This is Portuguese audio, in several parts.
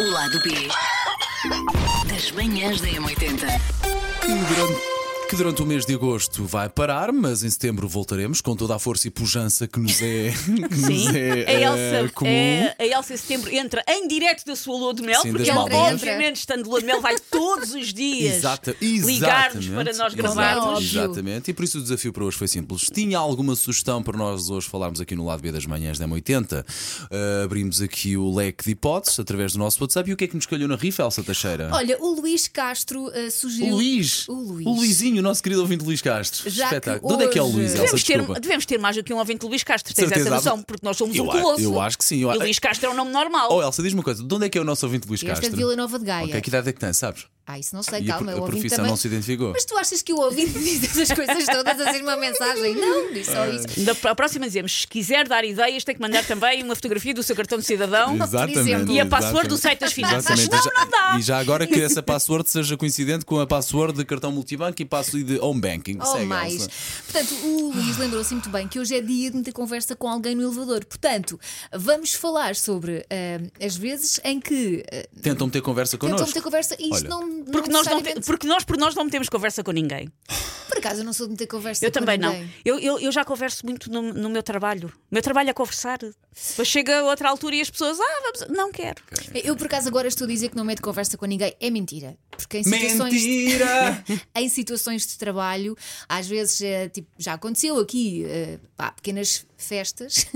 O lado B das manhãs da M80. Que durante, que durante o mês de agosto vai parar, mas em setembro voltaremos com toda a força e pujança que nos é, que Sim. nos é, a, eh, Elsa, comum. é, a Elsa em setembro entra em direto da sua lua de mel, Sim, das porque ela, Maldivas. obviamente, estando de lua de mel, vai todos os dias Exata, ligar-nos exatamente, para nós exatamente, gravarmos. Exatamente. E por isso o desafio para hoje foi simples. Tinha alguma sugestão para nós hoje falarmos aqui no lado B das manhãs da M80? Eh, abrimos aqui o leque de hipóteses através do nosso WhatsApp. E o que é que nos calhou na rifa, Elsa Teixeira? Olha, o Luís Castro eh, sugeriu. o Luís, O Luís. Luizinho, o nosso querido ouvinte Luís Castro. Já que Espetáculo. De onde é que é o hoje- Luís, Elsa? Devemos ter, Desculpa. devemos ter mais do que um ouvinte de Luís Castro, tens Certeza, essa noção, há- porque nós somos eu, um a- colosso. eu acho que sim. Eu, E o Luís Castro é um nome normal. Oh, Elsa, diz-me uma coisa: de onde é que é o nosso ouvinte Luís Este Castro? é de Vila Nova de Gaia. Ok, que idade é que tem, sabes? Ah, isso não sei, E a calma, pro- eu a ouvi profissão também. não se identificou. Mas tu achas que o ouvinte diz essas coisas todas a ser uma mensagem? Não, disse Ah, só é isso. Da pr- a próxima dizemos: se quiser dar ideias, tem que mandar também uma fotografia do seu cartão de cidadão exemplo. e a password do site das finanças. Exatamente. Não, E já- não dá. E já agora que essa password seja coincidente com a password de cartão multibanco e password de home banking. Ou Segue, Oh, mais. Elsa. Portanto, o Luís lembrou-se muito bem que hoje é dia de meter conversa com alguém no elevador. Portanto, vamos falar sobre eh, as vezes em que eh, Tentam ter conversa tentam connosco. meter conversa e isto Olha, não. não Porque nós, não te- necessariamente- porque nós, por nós, não temos conversa com ninguém. Por acaso eu não sou de meter conversa Eu com também não. ninguém. Eu, eu, eu já converso muito no, no meu trabalho. O meu trabalho é conversar. Depois chega a outra altura e as pessoas, ah, vamos. Não quero. Eu, por acaso, agora estou a dizer que não meto conversa com ninguém. É mentira. Porque em situações. Mentira! em situações de trabalho, às vezes eh, tipo, já aconteceu aqui eh, pá, pequenas festas.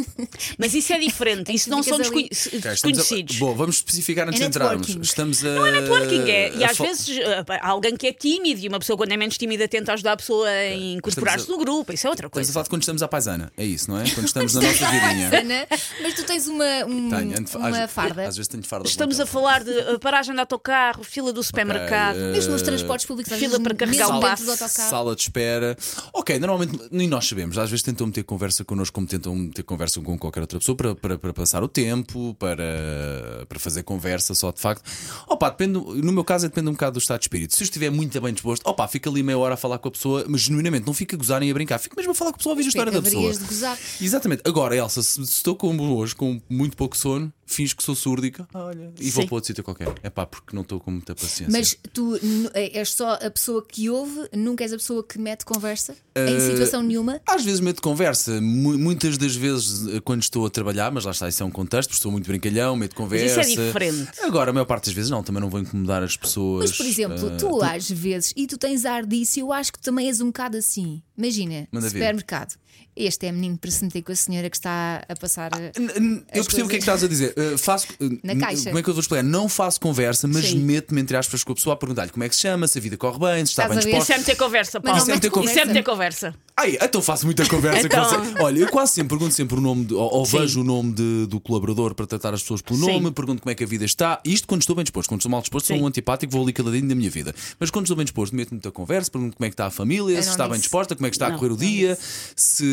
Mas isso é diferente. É que isso não ficas somos ali. conhe- se- Ok, estamos a- desconhecidos. Bom, vamos especificar antes É de entrarmos. networking. Estamos a. Não é networking, é. E a às fal- vezes eh, há alguém que é tímido e uma pessoa, quando é menos tímida, tenta ajudar a pessoa a incorporar-se Estamos no grupo. Isso é outra Estamos a coisa. falar de quando estamos à paisana. É isso, não é? Quando estamos na nossa vidinha. Ana, mas tu tens uma, um- Tenho, ando- uma às- farda. Às vezes tenho farda. Estamos a falar de eh, paragem de autocarro, fila do supermercado. eh, Mesmo nos transportes públicos, às Fila vezes, para carregar mesmo o dentro do passe, autocarro. Sala de espera. Ok, normalmente nem nós sabemos. Às vezes tentam meter conversa connosco, como tentam ter conversa com qualquer outra pessoa para, para, para passar o tempo, para, para fazer conversa só de facto. Opa, depende, no meu caso, depende um bocado do estado de espírito. Se eu estiver muito bem disposto, opa, fica ali meia hora a falar com a pessoa, mas genuinamente não fica a gozar nem a brincar. Fico mesmo a falar com a pessoa, a ouvir a história da pessoa. É assim. Haverias de gozar. Exatamente. Agora, Elsa, se se estou como hoje, com muito pouco sono, finjo que sou surdica olha, e vou Sim. para outro sítio qualquer. É pá, porque não estou com muita paciência. Mas tu n- é, és só a pessoa que ouve, nunca és a pessoa que mete conversa? Eh, Em situação nenhuma? Às vezes medo de conversa, Mu- muitas das vezes eh, quando estou a trabalhar, mas lá está, isso é um contexto, porque estou muito brincalhão, medo de isso conversa. é diferente. Agora, a maior parte das vezes não, também não vou incomodar as pessoas. Mas, por exemplo, eh, tu, às vezes, e tu tens ar disso, eu acho que também és um bocado assim. Imagina, Manda ver. supermercado. Este é menino presente com a senhora que está a passar. eh, Ah, n- n- Eu as percebo o que é que estás a dizer. Eh, faço, eh, Na n- caixa. Como é que eu vou explicar? Não faço conversa, mas Sim. meto-me, entre aspas, com a pessoa a perguntar-lhe como é que se chama, se a vida corre bem, se está Estás bem a ver? disposta. Isso é meter conversa, Mas Paulo. não mete Isso é conversa. meter conversa. Ai, então faço muita conversa Então. com você. Olha, eu quase sempre pergunto sempre o nome, de- ou, ou Sim. vejo o nome de- do colaborador para tratar as pessoas pelo Sim. nome, pergunto como é que a vida está. Isto quando estou bem disposto. Quando estou mal disposto, sou Sim. um antipático, vou ali caladinho da minha vida. Mas quando estou bem disposto, meto muita conversa, pergunto como é que está a família, Eu se não está bem disse. disposta, como é que está Não, a correr o dia, se,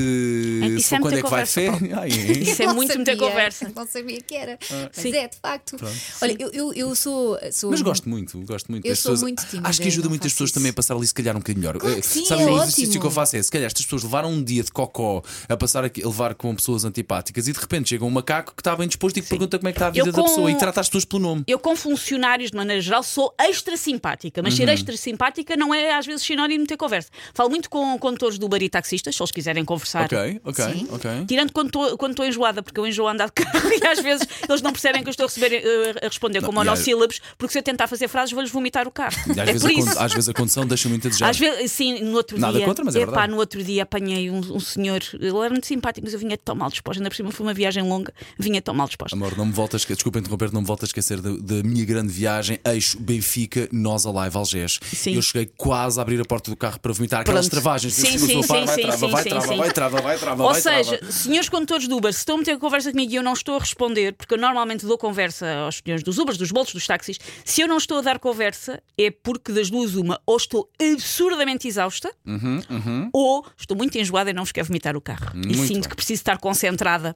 É, isso se é quando muita é que vai conversa, férias. Ai, é. Isso é Não muito muita sabia. conversa. Não sabia que era. Mas Sim. é, de facto. Olha, eu, eu, eu sou, sou. Ah, Mas gosto muito, gosto muito Hum. Eu das sou pessoas. muito tímida, Acho que ajuda não muito as faço pessoas isso. também a passar ali, se calhar, um bocadinho melhor. Claro que Eh, sim, Sabes é um exercício ótimo. que eu faço é: se calhar estas pessoas levaram um dia de cocó a passar aqui, a levar com pessoas antipáticas e de repente chega um macaco que está bem disposto e que pergunta como é que está a vida Eu da com- um- pessoa e trata as pessoas pelo nome. Eu, com funcionários, de maneira geral, sou extra simpática, mas ser Uhum. extra simpática não é às vezes sinónimo de ter conversa. Falo muito com condutores do bar e taxistas, se eles quiserem conversar. Ok, ok, Sim. ok. Tirando quando estou quando estou enjoada, porque eu enjoo a andar de carro e às vezes eles não percebem que eu estou a, receber, eh, a responder com Não, e às- monossílabos, porque se eu tentar fazer frases vou-lhes vomitar o carro. E Às, é vezes por a, con- isso. às vezes a condição deixa muito a desejar. Às vezes, sim, no outro Nada dia. contra, mas é epá, verdade. no outro dia apanhei um, um senhor, ele era muito simpático, mas eu vinha tão mal disposta. Ainda por cima foi uma viagem longa, vinha tão mal disposta. Amor, não me volta a esquecer, desculpa interromper, não me volta a esquecer da, da minha grande viagem, eixo Benfica, nós alive Algés. Sim. Eu cheguei quase a abrir a porta do carro para vomitar aquelas Pronto. travagens. que Sim, eu sou- sim, sou- vai, sim, vai, sim, trava, sim, vai, sim, trava, sim. vai, trava, vai, trava, Ou vai, seja, trava. senhores condutores de Uber, se estão a meter conversa comigo e eu não estou a responder, porque eu normalmente dou conversa aos senhores dos Ubers, dos bolsos, dos táxis, se eu não estou a dar conversa, é porque das duas uma, ou estou absurdamente exausta, Uhum, ou estou muito enjoada e não vos quero vomitar o carro. e Muito sinto bem. que preciso estar concentrada.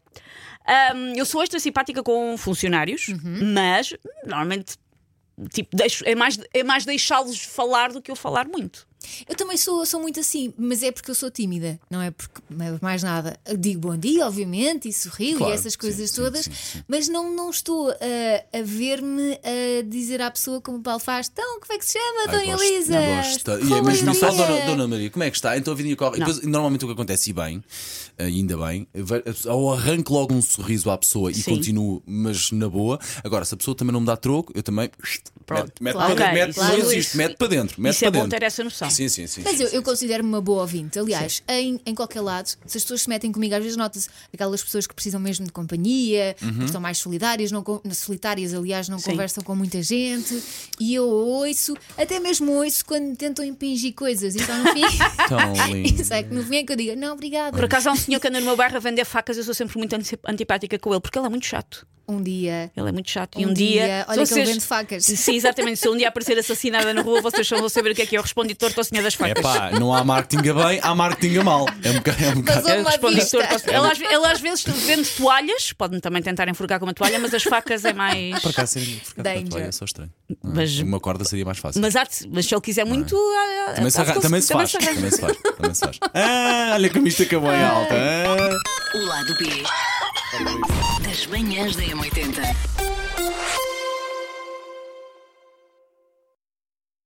Ahm, eu sou extra simpática com funcionários, mas normalmente. Tipo, deixo, é mais, é mais deixá-los falar do que eu falar muito. Eu também sou, sou muito assim, mas é porque eu sou tímida, não é porque não é mais nada. Eu digo bom dia, obviamente, e sorrio Claro, e essas sim, coisas sim, todas, sim, sim. mas não, não estou uh, a, ver-me a dizer à pessoa como o Paulo faz: então, como é que se chama, Ai, Dona gosto, Elisa? gosto. E é Qual mesmo o só dia?" Dona, Dona Maria, como é que está? Então a vinha corre. E Não. depois, normalmente o que acontece, e bem, ainda bem, vai- a pessoa- ou arranco logo um sorriso à pessoa e Sim. continuo, mas na boa. Agora, se a pessoa também não me dá troco, eu também. Pronto. Mete, mete Claro, para dentro, mete, claro, não isso- existe, mete para dentro. Mete isso para é bom dentro. ter essa noção. Sim, sim, sim. Mas sim, eu, sim. eu considero-me uma boa ouvinte. Aliás, em, em qualquer lado, se as pessoas se metem comigo, às vezes nota-se aquelas pessoas que precisam mesmo de companhia, que estão mais solidárias, não, con- solitárias, aliás, não Uhum. Sim. conversam com muita gente. E eu ouço, até mesmo ouço quando tentam impingir coisas. E só no fim. Tão lindo. Isso é que no fim é que eu digo, não, obrigada. Por acaso há um senhor que anda no meu bairro a vender facas, eu sou sempre muito anti- antipática com ele, porque ele é muito chato. Um dia. Ele é muito chato. e Um um dia. dia, se olha que ele vende facas. Sim, exatamente. Se um dia aparecer assassinada na rua, vocês só vão saber o que é que eu respondo e torto ao senhor das É facas. pá, não há marketing a bem, há marketing a mal. É um bocado. É um bocado- Mas uma Respondi vista. torto ao senhor. Ele, às ve- ele às vezes vende toalhas, pode-me também tentar enforcar com uma toalha, mas as facas é mais. Por acaso, seria- por acaso, Danger. olha, só estranho. Mas- Uma corda seria mais fácil. Mas, há de- mas se ele quiser muito. há- há- Também se, há de arran- conseguir- também se faz. se arranja. Também se faz. Também se faz. Ah, olha como isto acabou em alta. Ah. O lado B das manhãs da M80.